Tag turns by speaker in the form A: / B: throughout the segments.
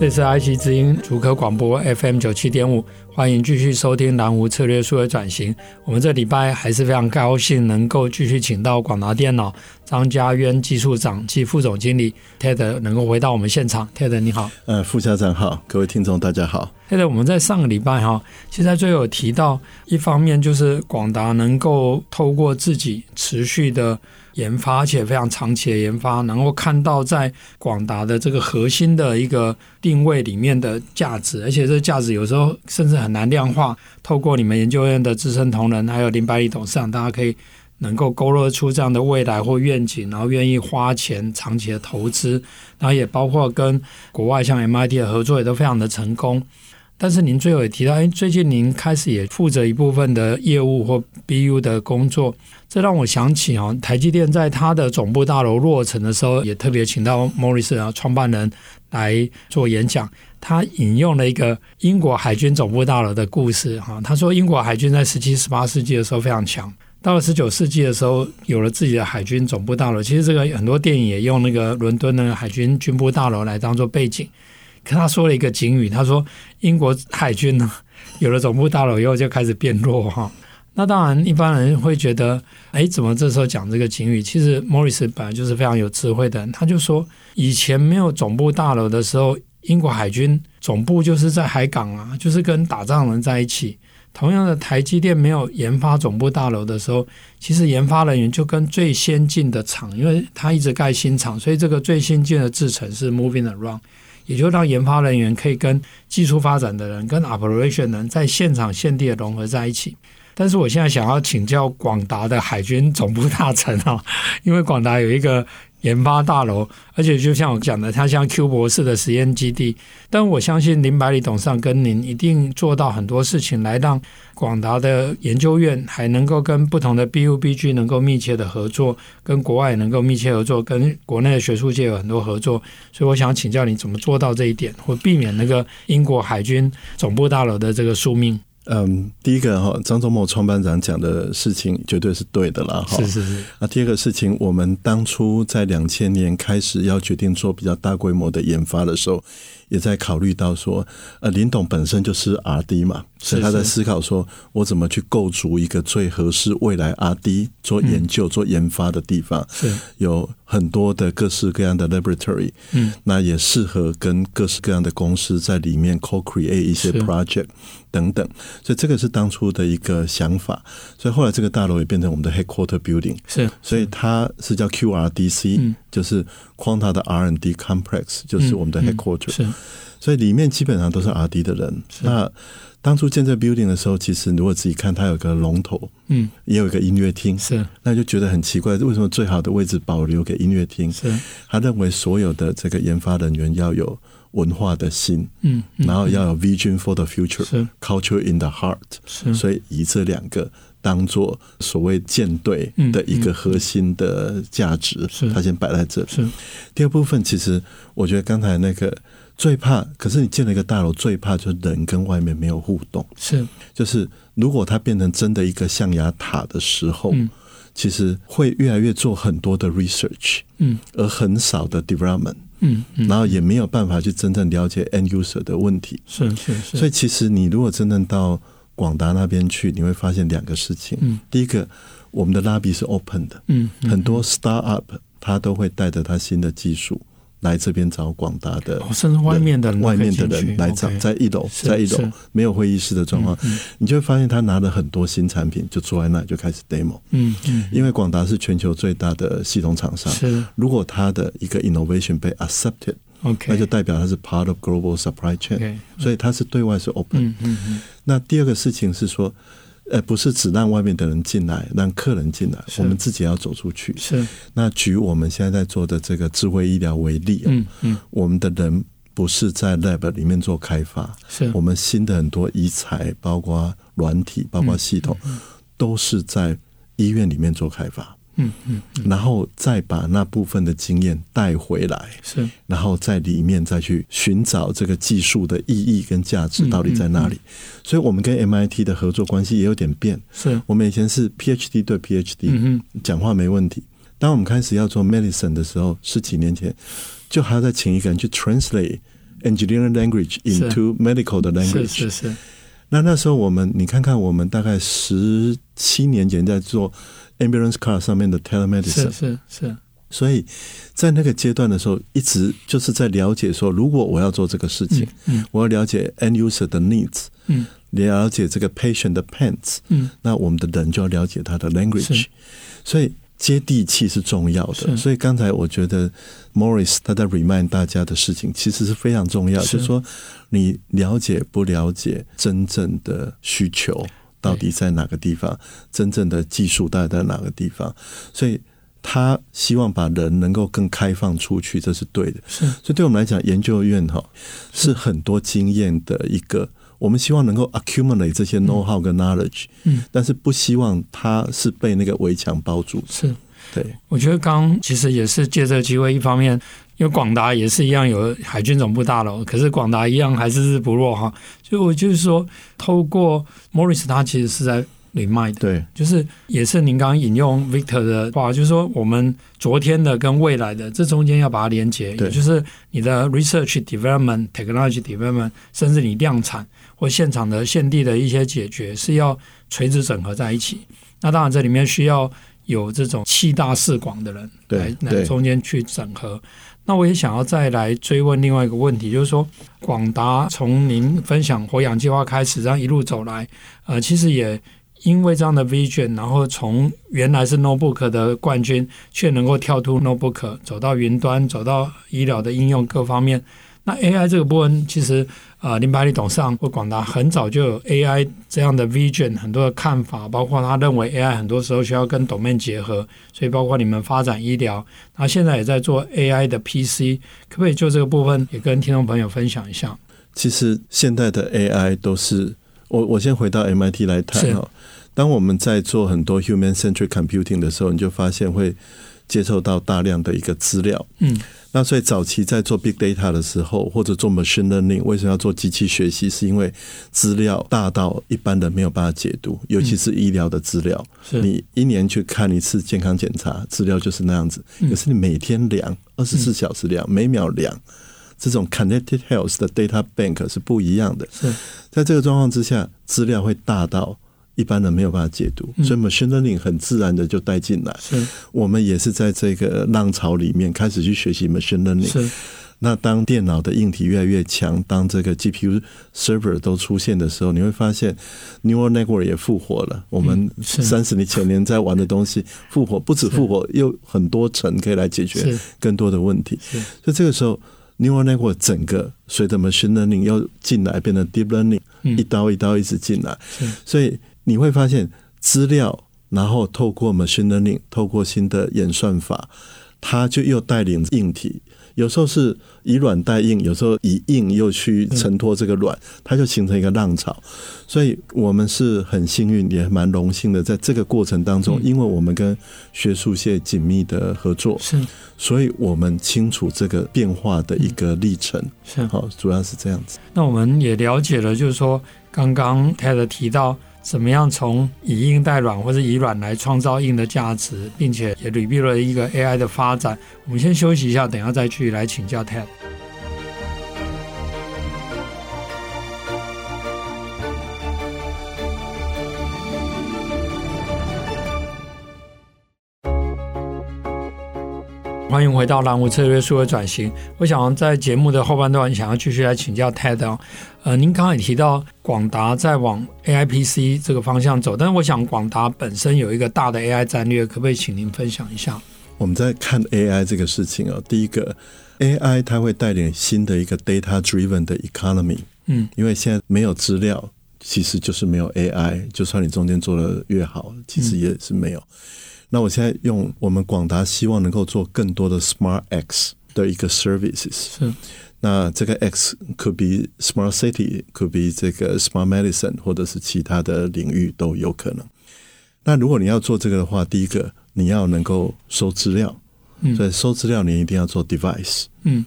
A: 这是 IC 之音主科广播 FM 九七点五，欢迎继续收听南湖策略数位转型。我们这礼拜还是非常高兴能够继续请到广达电脑张家渊技术长及副总经理 Ted 能够回到我们现场。Ted 你好
B: 呃，副校长好，各位听众大家好。
A: ，Ted 我们在上个礼拜哈，其实在最后有提到，一方面就是广达能够透过自己持续的研发，而且非常长期的研发，能够看到在广达的这个核心的一个定位里面的价值，而且这价值有时候甚至很难量化。透过你们研究院的资深同仁，还有林百里董事长，大家可以能够勾勒出这样的未来或愿景，然后愿意花钱长期的投资，然后也包括跟国外像 MIT 的合作也都非常的成功。但是您最后也提到，哎，最近您开始也负责一部分的业务或 BU 的工作，这让我想起哦，台积电在它的总部大楼落成的时候，也特别请到 Morris 啊创办人来做演讲。他引用了一个英国海军总部大楼的故事哈，他说英国海军在十七、十八世纪的时候非常强，到了十九世纪的时候有了自己的海军总部大楼。其实这个很多电影也用那个伦敦的海军军部大楼来当做背景。可他说了一个警语，他说英国海军呢 有了总部大楼以后就开始变弱哈。那当然，一般人会觉得，哎，怎么这时候讲这个警语？其实莫里斯本来就是非常有智慧的人，他就说，以前没有总部大楼的时候，英国海军总部就是在海港啊，就是跟打仗人在一起。同样的，台积电没有研发总部大楼的时候，其实研发人员就跟最先进的厂，因为它一直盖新厂，所以这个最先进的制程是 moving around，也就让研发人员可以跟技术发展的人、跟 operation 人在现场现地的融合在一起。但是我现在想要请教广达的海军总部大臣啊， 因为广达有一个研发大楼，而且就像我讲的，它像 Q 博士的实验基地。但我相信林百里董事长跟您一定做到很多事情，来让广达的研究院还能够跟不同的 BUBG 能够密切的合作，跟国外能够密切合作，跟国内的学术界有很多合作。所以我想请教你怎么做到这一点，或避免那个英国海军总部大楼的这个宿命。
B: 嗯，第一个哈，张忠谋创办长讲的事情绝对是对的啦哈。
A: 是是是，
B: 那第二个事情，我们当初在两千年开始要决定做比较大规模的研发的时候，也在考虑到说，呃，林董本身就是 R D 嘛，所以他在思考说我怎么去构筑一个最合适未来 R D 做研究、做研发的地方，
A: 是
B: 有很多的各式各样的 laboratory，
A: 嗯，
B: 那也适合跟各式各样的公司在里面 co-create 一些
A: 是
B: project 等等，所以这个是当初的一个想法，所以后来这个大楼也变成我们的 headquarter building。
A: 是
B: 所以它是叫 QRDC，、
A: 嗯
B: 就是 Quanta 的 R&D Complex，就是我们的 headquarter、
A: 嗯是
B: 所以里面基本上都是 R&D 的人。那当初建这 building 的时候，其实如果仔细看，它有个龙头，
A: 嗯
B: 也有一个音乐厅，
A: 是
B: 那就觉得很奇怪，为什么最好的位置保留给音乐厅？
A: 是
B: 他认为所有的这个研发人员要有文化的心，
A: 嗯嗯
B: 然后要有 vision for the future，
A: 是
B: culture in the heart。
A: 是
B: 所以以这两个当做所谓舰队的一个核心的价值，
A: 嗯是
B: 它先摆在这里。
A: 是
B: 第二部分，其实我觉得刚才那个最怕，可是你建了一个大楼，最怕就是人跟外面没有互动。
A: 是
B: 就是如果它变成真的一个象牙塔的时候，
A: 嗯
B: 其实会越来越做很多的 research，
A: 嗯
B: 而很少的 development，、
A: 嗯嗯
B: 然后也没有办法去真正了解 end user 的问题。
A: 是是是，
B: 所以其实你如果真正到广达那边去，你会发现两个事情。
A: 嗯
B: 第一个，我们的拉比是 open 的，
A: 嗯嗯
B: 很多 startup 它都会带着它新的技术来这边找广达的
A: 哦甚至外面的人
B: 外面
A: 可
B: 的
A: 以进去
B: 人来找，
A: OK
B: 在一楼，
A: 是
B: 在一楼
A: 是嗯
B: 没有会议室的状况，你就会发现他拿了很多新产品，就坐在那里就开始 demo。
A: 嗯嗯
B: 因为广达是全球最大的系统厂商，
A: 是
B: 如果它的一个 innovation 被 accepted，
A: OK，
B: 那就代表它是 part of global supply chain，
A: OK，
B: 所以它是对外是 open。
A: 嗯嗯嗯
B: 那第二个事情是说，呃，不是只让外面的人进来，让客人进来，
A: 是
B: 我们自己要走出去。
A: 是，
B: 那举我们现在在做的这个智慧医疗为例、哦，
A: 嗯嗯，
B: 我们的人不是在 lab 里面做开发，
A: 是
B: 我们新的很多医材，包括软体，包
A: 嗯
B: 括系统，都是在医院里面做开发，
A: 嗯嗯
B: 然后再把那部分的经验带回来，
A: 是
B: 然后在里面再去寻找这个技术的意义跟价
A: 嗯
B: 值到底在哪里。所以，我们跟 MIT 的合作关系也有点变。
A: 是，
B: 我们以前是 PhD 对 PhD，、
A: 嗯
B: 讲话没问题。当我们开始要做 medicine 的时候，十几年前就还要再请一个人去 translate engineering language
A: 是
B: into medical 的
A: 哼，是
B: language。
A: 是是，
B: 那那时候我们，你看看我们大概十七年前在做 ambulance car 上面的
A: 是
B: telemedicine，
A: 是是，
B: 所以在那个阶段的时候，一直就是在了解说，如果我要做这个事情，
A: 嗯
B: 我要了解 end user 的 needs，
A: 嗯
B: 了解这个 patient 的 pains，
A: 嗯，
B: 那我们的人就要了解他的
A: 是
B: language，所以接地气是重要的。
A: 是
B: 所以刚才我觉得 Morris 他在 remind 大家的事情，其实是非常重要，
A: 是
B: 就是说你了解不了解真正的需求到底在哪个地方，真正的技术到底在哪个地方，所以。他希望把人能够更开放出去，这是对的。
A: 是
B: 所以对我们来讲，研究院哈是很多经验的一个，我们希望能够 accumulate 这些 know how 跟 knowledge，
A: 嗯，
B: 但是不希望它是被那个围墙包住。
A: 是。
B: 对，
A: 我觉得刚刚其实也是借这个机会，一方面因为广达也是一样有海军总部大楼，可是广达一样还是日不落哈。所以我就是说，透过 Morris 他其实是在 remind
B: 对，
A: 就是也是您刚刚引用 Victor 的话，就是说我们昨天的跟未来的这中间要把它连接，
B: 对
A: 也就是你的 research development、technology development，甚至你量产或现场的现地的一些解决是要垂直整合在一起。那当然这里面需要有这种气大事广的人
B: 对
A: 来来
B: 对
A: 中间去整合。那我也想要再来追问另外一个问题，就是说广达从您分享活氧计划开始，这样一路走来，呃，其实也因为这样的 vision，然后从原来是 notebook 的冠军，却能够跳出 notebook，走到云端，走到医疗的应用各方面。那 AI 这个部分，其实呃，林百里董事长或广达很早就有 AI 这样的 vision，很多的看法，包括他认为 AI 很多时候需要跟 domain 结合，所以包括你们发展医疗，那现在也在做 AI 的 PC，可不可以就这个部分也跟听众朋友分享一下？
B: 其实现在的 AI 都是我我先回到 MIT 来
A: 是
B: 谈哈。当我们在做很多 human centric computing 的时候，你就发现会接受到大量的一个资料。
A: 嗯，
B: 那所以早期在做 big data 的时候，或者做 machine learning，为什么要做机器学习？是因为资料大到一般人没有办法解读，尤其是医疗的资料。
A: 嗯是
B: 你一年去看一次健康检查，资料就是那样子。
A: 嗯
B: 可是你每天量，二十四小时量，每秒量，这种 connected health 的 data bank 是不一样的。
A: 是
B: 在这个状况之下，资料会大到一般人没有办法解读，所以 machine learning 很自然的就带进来。
A: 嗯是
B: 我们也是在这个浪潮里面开始去学习 machine learning。
A: 是
B: 那当电脑的硬体越来越强，当这个 GPU server 都出现的时候，你会发现 neural network 也复活了。我们
A: 嗯是
B: 三十年前年在玩的东西复活，不止复活，又很多层可以来解决
A: 是
B: 更多的问题。
A: 是
B: 所以这个时候，neural network 整个随着 machine learning 要进来，变成 deep learning，一刀一刀一直进来
A: 是。
B: 所以你会发现资料，然后透过 machine learning，透过新的演算法，它就又带领硬体。有时候是以软带硬，有时候以硬又去承托这个软，它就形成一个浪潮。所以我们是很幸运，也蛮荣幸的，在这个过程当中，因为我们跟学术界紧密的合作，
A: 是
B: 所以我们清楚这个变化的一个历程，
A: 是
B: 好、主要是这样子。
A: 那我们也了解了，就是说刚刚 Ted 提到怎么样从以硬带软或者以软来创造硬的价值，并且也捋蔽了一个 AI 的发展。我们先休息一下，等一下再去来请教 Ted。欢迎回到《蓝湖策略数位转型》。我想在节目的后半段，想要继续来请教 Ted 哦。呃，您刚刚也提到广达在往 AIPC 这个方向走，但是我想广达本身有一个大的 AI 战略，可不可以请您分享一下？
B: 我们在看 AI 这个事情哦，第一个，AI 它会带领新的一个 data driven 的 economy，
A: 嗯，
B: 因为现在没有资料，其实就是没有 AI，就算你中间做的越好，其实也是没有。那我现在用我们广达希望能够做更多的 Smart X 的一个 services，
A: 是
B: 那这个 X could be smart city，could be 这个 smart medicine，或者是其他的领域都有可能。那如果你要做这个的话，第一个你要能够收资料，所以收资料你一定要做 device，
A: 嗯，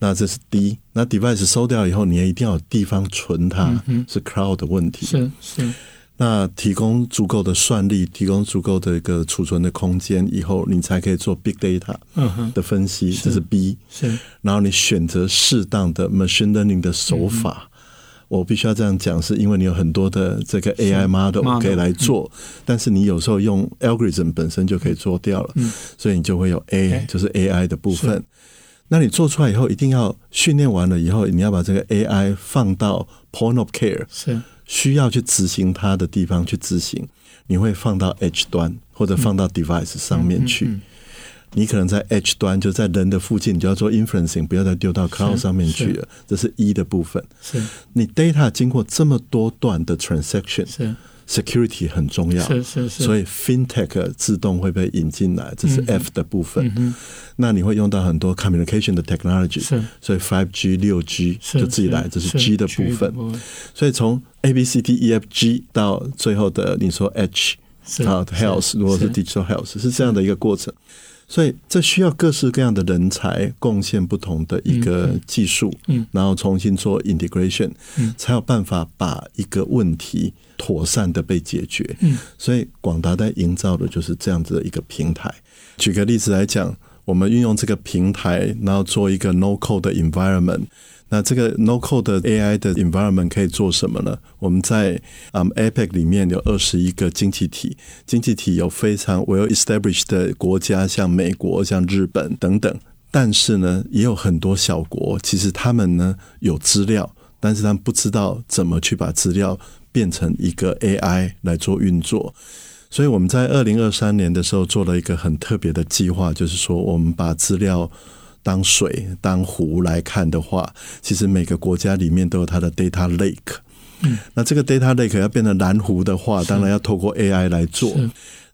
B: 那这是第一。那 device 收掉以后，你也一定要有地方存它，是 cloud 的问题。
A: 嗯是是，
B: 那提供足够的算力，提供足够的一个储存的空间以后，你才可以做 big data
A: 嗯哼，
B: 的分析，这是 B。
A: 是
B: 然后你选择适当的 machine learning 的手法。我必须要这样讲，是因为你有很多的这个 AI model 嗯
A: model，
B: 可以来做，但是你有时候用 algorithm 本身就可以做掉了，所以你就会有 A，
A: 哎
B: 嗯就是 AI 的部分。那你做出来以后，一定要训练完了以后，你要把这个 AI 放到 point of care，
A: 是，
B: 需要去执行它的地方去执行，你会放到 H 端或者放到 device 上面去。你可能在 H 端，就在人的附近，你就要做 inferencing，不要再丢到 cloud 上面去了。这是一的部分。
A: 是
B: 你 data 经过这么多段的 transaction，
A: 是
B: security 很重要，
A: 是是是
B: 所以 fintech 自动会被引进来，这是 F 的部分。那你会用到很多 communication 的 technology，
A: 是
B: 所以5 G、六 G
A: 是
B: 就自己来，这是 G 的部分。所以从 A B C D E F G 到最后的你说 H
A: 是
B: 啊
A: 是
B: health，如果是
A: 是
B: digital health 是这样的一个过程，所以这需要各式各样的人才贡献不同的一个技术，
A: 嗯
B: 然后重新做 integration，
A: 嗯
B: 才有办法把一个问题妥善的被解决。
A: 嗯
B: 所以广达在营造的就是这样子的一个平台。举个例子来讲，我们运用这个平台，然后做一个 no code 的 environment。那这个 no code 的 AI 的 environment 可以做什么呢？我们在嗯 APEC 里面有二十一个经济体，经济体有非常 well established 的国家，像美国、像日本等等。但是呢，也有很多小国，其实他们呢有资料，但是他们不知道怎么去把资料变成一个 AI 来做运作。所以我们在二零二三年的时候做了一个很特别的计划，就是说我们把资料当水当湖来看的话，其实每个国家里面都有它的 data lake。那这个 data lake 要变成蓝湖的话，当然要透过 AI 来做。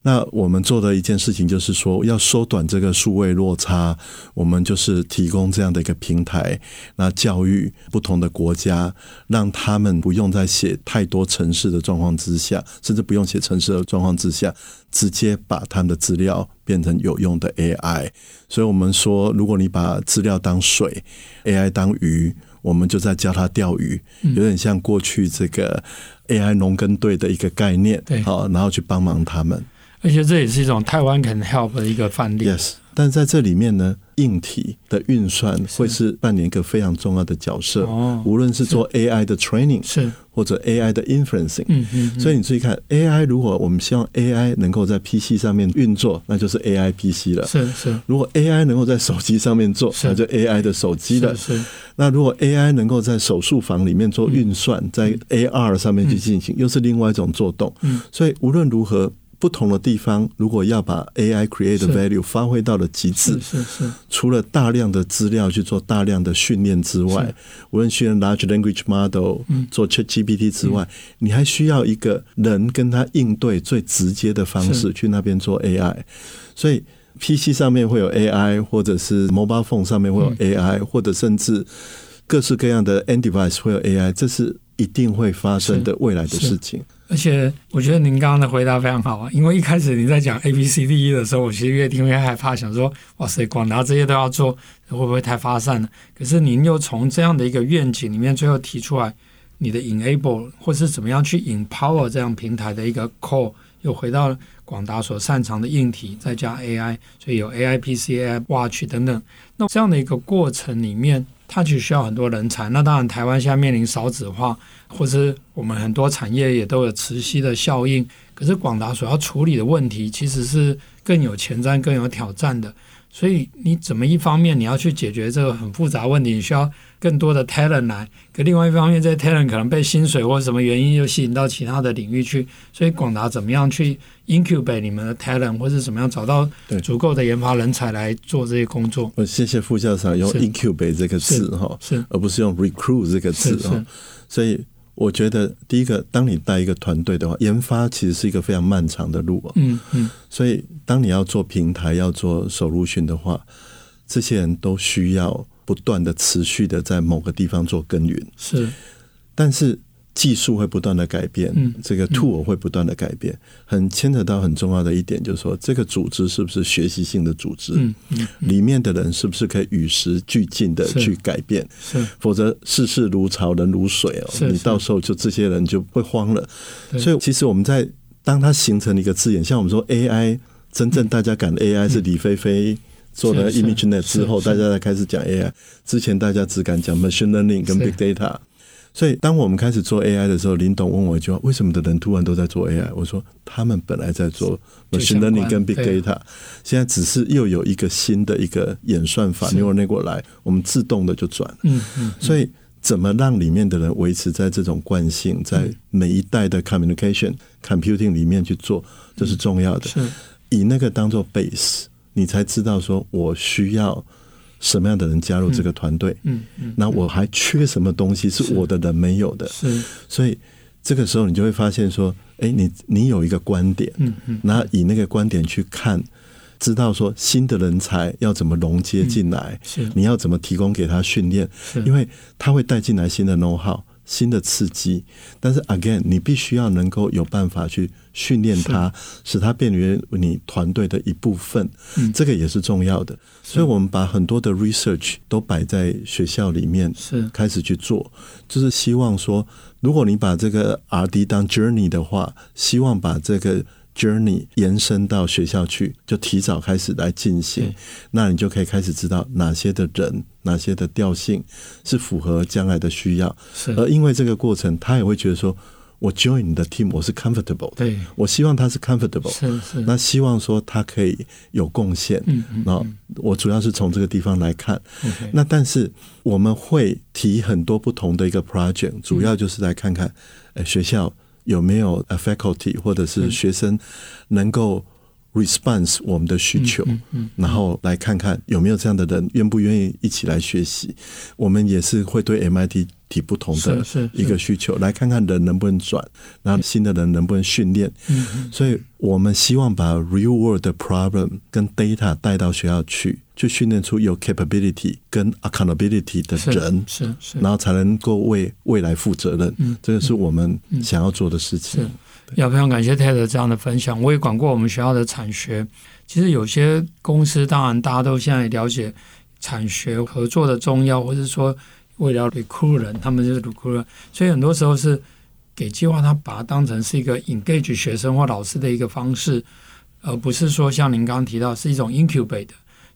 B: 那我们做的一件事情就是说，要缩短这个数位落差，我们就是提供这样的一个平台，那教育不同的国家，让他们不用再写太多城市的状况之下，甚至不用写城市的状况之下，直接把他们的资料变成有用的 AI。所以我们说，如果你把资料当水，AI 当鱼，我们就在教它钓鱼，有点像过去这个 AI 农耕队的一个概念，
A: 对
B: 好，然后去帮忙他们。
A: 而且这也是一种台湾 can help 的一个范例。
B: Yes，但在这里面呢，硬体的运算会是扮演一个非常重要的角色，
A: 哦
B: 无论是做 AI 的 training
A: 是
B: 或者 AI 的 inferencing。
A: 嗯嗯
B: 所以你注意看，AI 如果我们希望 AI 能够在 PC 上面运作，那就是 AI PC 了。
A: 是是
B: 如果 AI 能够在手机上面做，
A: 是
B: 那就 AI 的手机了
A: 是。是
B: 那如果 AI 能够在手术房里面做运算，在 AR 上面去进行，又是另外一种做动。
A: 嗯
B: 所以无论如何，不同的地方如果要把 AI create
A: 是
B: value 发挥到了极致
A: 是，是是
B: 除了大量的资料去做大量的训练之外，无论训练 large language model、做
A: 嗯
B: ChatGPT 之外，你还需要一个人跟他应对最直接的方式去那边做 AI，所以。PC 上面会有 AI，或者是 mobile phone 上面会
A: 嗯
B: 有 AI，、或者甚至各式各样的 end device 会有 AI，这是一定会发生的未来的事情。
A: 而且我觉得您刚刚的回答非常好啊，因为一开始你在讲 A B C D E 的时候，我其实越听越害怕，想说哇塞，广达这些都要做，会不会太发散了？可是您又从这样的一个愿景里面，最后提出来你的 enable 或是怎么样去 empower 这样平台的一个 core，又回到了广达所擅长的硬体，再加 AI，所以有 AI PC、AI Watch 等等。那这样的一个过程里面，它其实需要很多人才。那当然，台湾现在面临少子化，或是我们很多产业也都有磁吸的效应。可是广达所要处理的问题，其实是更有前瞻、更有挑战的。所以你怎么一方面你要去解决这个很复杂问题，你需要更多的 talent 来；可另外一方面，这些 talent 可能被薪水或什么原因又吸引到其他的领域去。所以广达怎么样去 incubate 你们的 talent，或是怎么样找到
B: 对
A: 足够的研发人才来做这些工作？
B: 我谢谢副校长用
A: 是
B: incubate 这个字哈，
A: 是
B: 而不是用 recruit 这个字哦
A: 是是
B: 哈。所以我觉得第一个，当你带一个团队的话，研发其实是一个非常漫长的路、哦。
A: 嗯嗯，
B: 所以当你要做平台、要做手入群的话，这些人都需要不断的、持续的在某个地方做耕耘。
A: 是，
B: 但是技术会不断的改变，
A: 嗯
B: 这个 tool 会不断的改变，很牵扯到很重要的一点，就是说这个组织是不是学习性的组织？
A: 嗯嗯
B: 里面的人是不是可以与时俱进的
A: 是
B: 去改变？
A: 是
B: 否则世事如潮，人如水哦，
A: 是
B: 你
A: 是
B: 到时候就这些人就会慌了。
A: 对
B: 所以其实我们在当它形成一个字眼，像我们说 AI，真正大家敢 AI 是李飞飞。做了
A: 嗯是是
B: ImageNet 之后，
A: 是
B: 大
A: 是
B: 家才开始讲 AI。之前大家只敢讲 machine learning 跟
A: 是
B: big data，所以当我们开始做 AI 的时候，林董问我一句话：为什么的人突然都在做 AI？我说他们本来在做
A: 就
B: machine
A: 相关
B: learning 跟 big
A: 对
B: data，现在只是又有一个新的一个演算法
A: 是
B: 牛那过来，我们自动的就转了。
A: 嗯嗯，
B: 所以怎么让里面的人维持在这种惯性，在
A: 嗯
B: 每一代的 communication computing 里面去做，这是重要的。
A: 嗯是
B: 以那个当做 base，你才知道说我需要什么样的人加入这个团队。
A: 嗯嗯
B: 那我还缺什么东西是我的人没有的？
A: 是
B: 所以这个时候你就会发现说，哎、你你有一个观点，
A: 嗯嗯
B: 那以那个观点去看，知道说新的人才要怎么融接进来，
A: 嗯是
B: 你要怎么提供给他训练，因为他会带进来新的 know how。新的刺激，但是 again，你必须要能够有办法去训练他，使他变为你团队的一部分，
A: 嗯
B: 这个也是重要的。所以，我们把很多的 research 都摆在学校里面，
A: 是
B: 开始去做，就是希望说，如果你把这个 R D 当 journey 的话，希望把这个 journey 延伸到学校去，就提早开始来进行
A: 对，
B: 那你就可以开始知道哪些的人、哪些的调性是符合将来的需要，而
A: 是，
B: 因为这个过程，他也会觉得说，我 join 你的 team，我是 comfortable 的，
A: 对，
B: 我希望他是 comfortable，
A: 是是
B: 那希望说他可以有贡献。
A: 嗯嗯
B: 那我主要是从这个地方来看。
A: ，OK，
B: 那但是我们会提很多不同的一个
A: 嗯
B: project，主要就是来看看，呃，学校有没有呃 faculty 或者
A: 嗯
B: 是学生能够 response 我们的需求，
A: 嗯
B: 然后来看看有没有这样的人愿不愿意一起来学习。我们也是会对 MIT 提不同
A: 是
B: 的
A: 是
B: 一个需求，来看看人能不能转，然后新的人能不能训练。
A: 嗯
B: 所以我们希望把 real world 的 problem 跟 data 带到学校去，去训练出有 capability 跟 accountability 的
A: 是
B: 人，
A: 是是
B: 然后才能够为未来负责任。这个是我们想要做的事
A: 嗯
B: 情。
A: 是要非常感谢 Ted 这样的分享。我也管过我们学校的产学，其实有些公司当然大家都现在也了解产学合作的重要，或是说为了 recruit 人，他们就是 recruit，人所以很多时候是给计划，他把它当成是一个 engage 学生或老师的一个方式，而不是说像您刚刚提到是一种 incubate。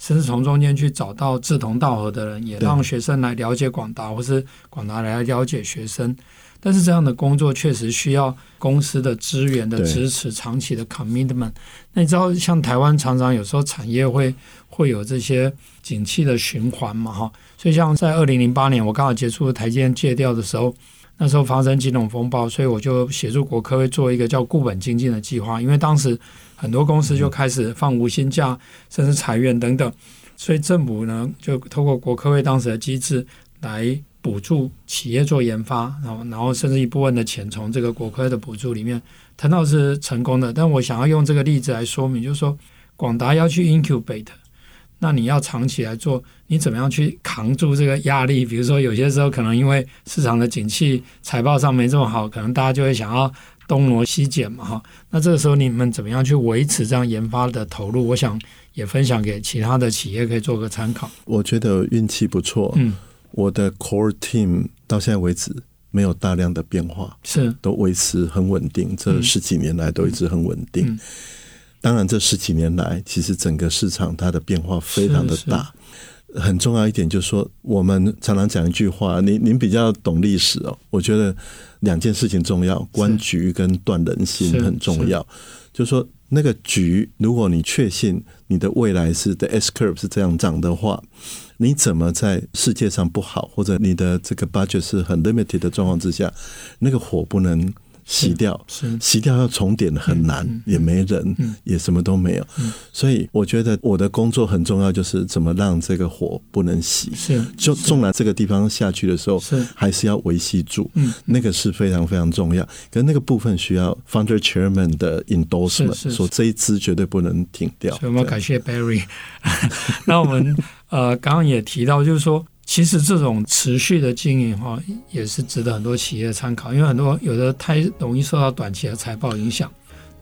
A: 甚至从中间去找到志同道合的人，也
B: 对
A: 让学生来了解广达，或是广达来了解学生。但是这样的工作确实需要公司的资源的
B: 对
A: 支持、长期的 commitment。那你知道，像台湾常常有时候产业会会有这些景气的循环嘛，哈。所以像在二零零八年，我刚好结束台积电借调的时候，那时候发生金融风暴，所以我就协助国科会做一个叫固本精进的计划，因为当时很多公司就开始放无薪假，甚至裁员等等，所以政府呢就透过国科会当时的机制来补助企业做研发，然后然后甚至一部分的钱从这个国科会的补助里面，谈到是成功的，但我想要用这个例子来说明，就是说广达要去 incubate。那你要长期来做，你怎么样去扛住这个压力？比如说，有些时候可能因为市场的景气财报上没这么好，可能大家就会想要东挪西捡嘛，哈。那这个时候你们怎么样去维持这样研发的投入？我想也分享给其他的企业可以做个参考。
B: 我觉得运气不错，
A: 嗯，
B: 我的 core team 到现在为止没有大量的变化，
A: 是，
B: 都维持很稳定，这十几年来都一直很稳定。
A: 嗯
B: 当然，这十几年来，其实整个市场它的变化非常的大。很重要一点就是说，我们常常讲一句话，您您比较懂历史哦。我觉得两件事情重要，观局跟断人
A: 是
B: 心很重要。就是说，那个局，如果你确信你的未来是的 S curve 是这样长的话，你怎么在世界上不好，或者你的这个 budget 是很 limited 的状况之下，那个火不能洗掉，
A: 是
B: 洗掉要重点很难，
A: 嗯
B: 也没人，
A: 嗯
B: 也什么都没有。
A: 嗯
B: 所以我觉得我的工作很重要，就是怎么让这个火不能熄。
A: 是
B: 就纵然这个地方下去的时候
A: 是，
B: 还是要维系住，
A: 嗯，
B: 那个是非常非常重要。可是那个部分需要 founder chairman 的 endorsement，
A: 是是
B: 说这一支绝对不能停掉。
A: 所以我们要感谢 Barry。那我们呃刚刚也提到，就是说，其实这种持续的经营哈，也是值得很多企业参考，因为很多有的太容易受到短期的财报影响，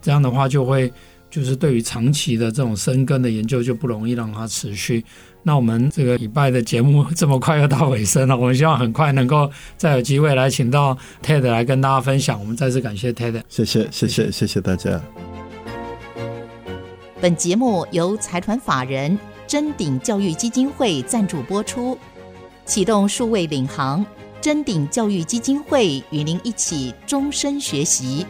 A: 这样的话就会就是对于长期的这种深耕的研究就不容易让它持续。那我们这个礼拜的节目这么快又到尾声了，我们希望很快能够再有机会来请到 TED 来跟大家分享。我们再次感谢 TED。
B: 谢谢，谢谢，谢谢大家。
C: 本节目由财团法人真鼎教育基金会赞助播出，启动数位领航，真鼎教育基金会与您一起终身学习。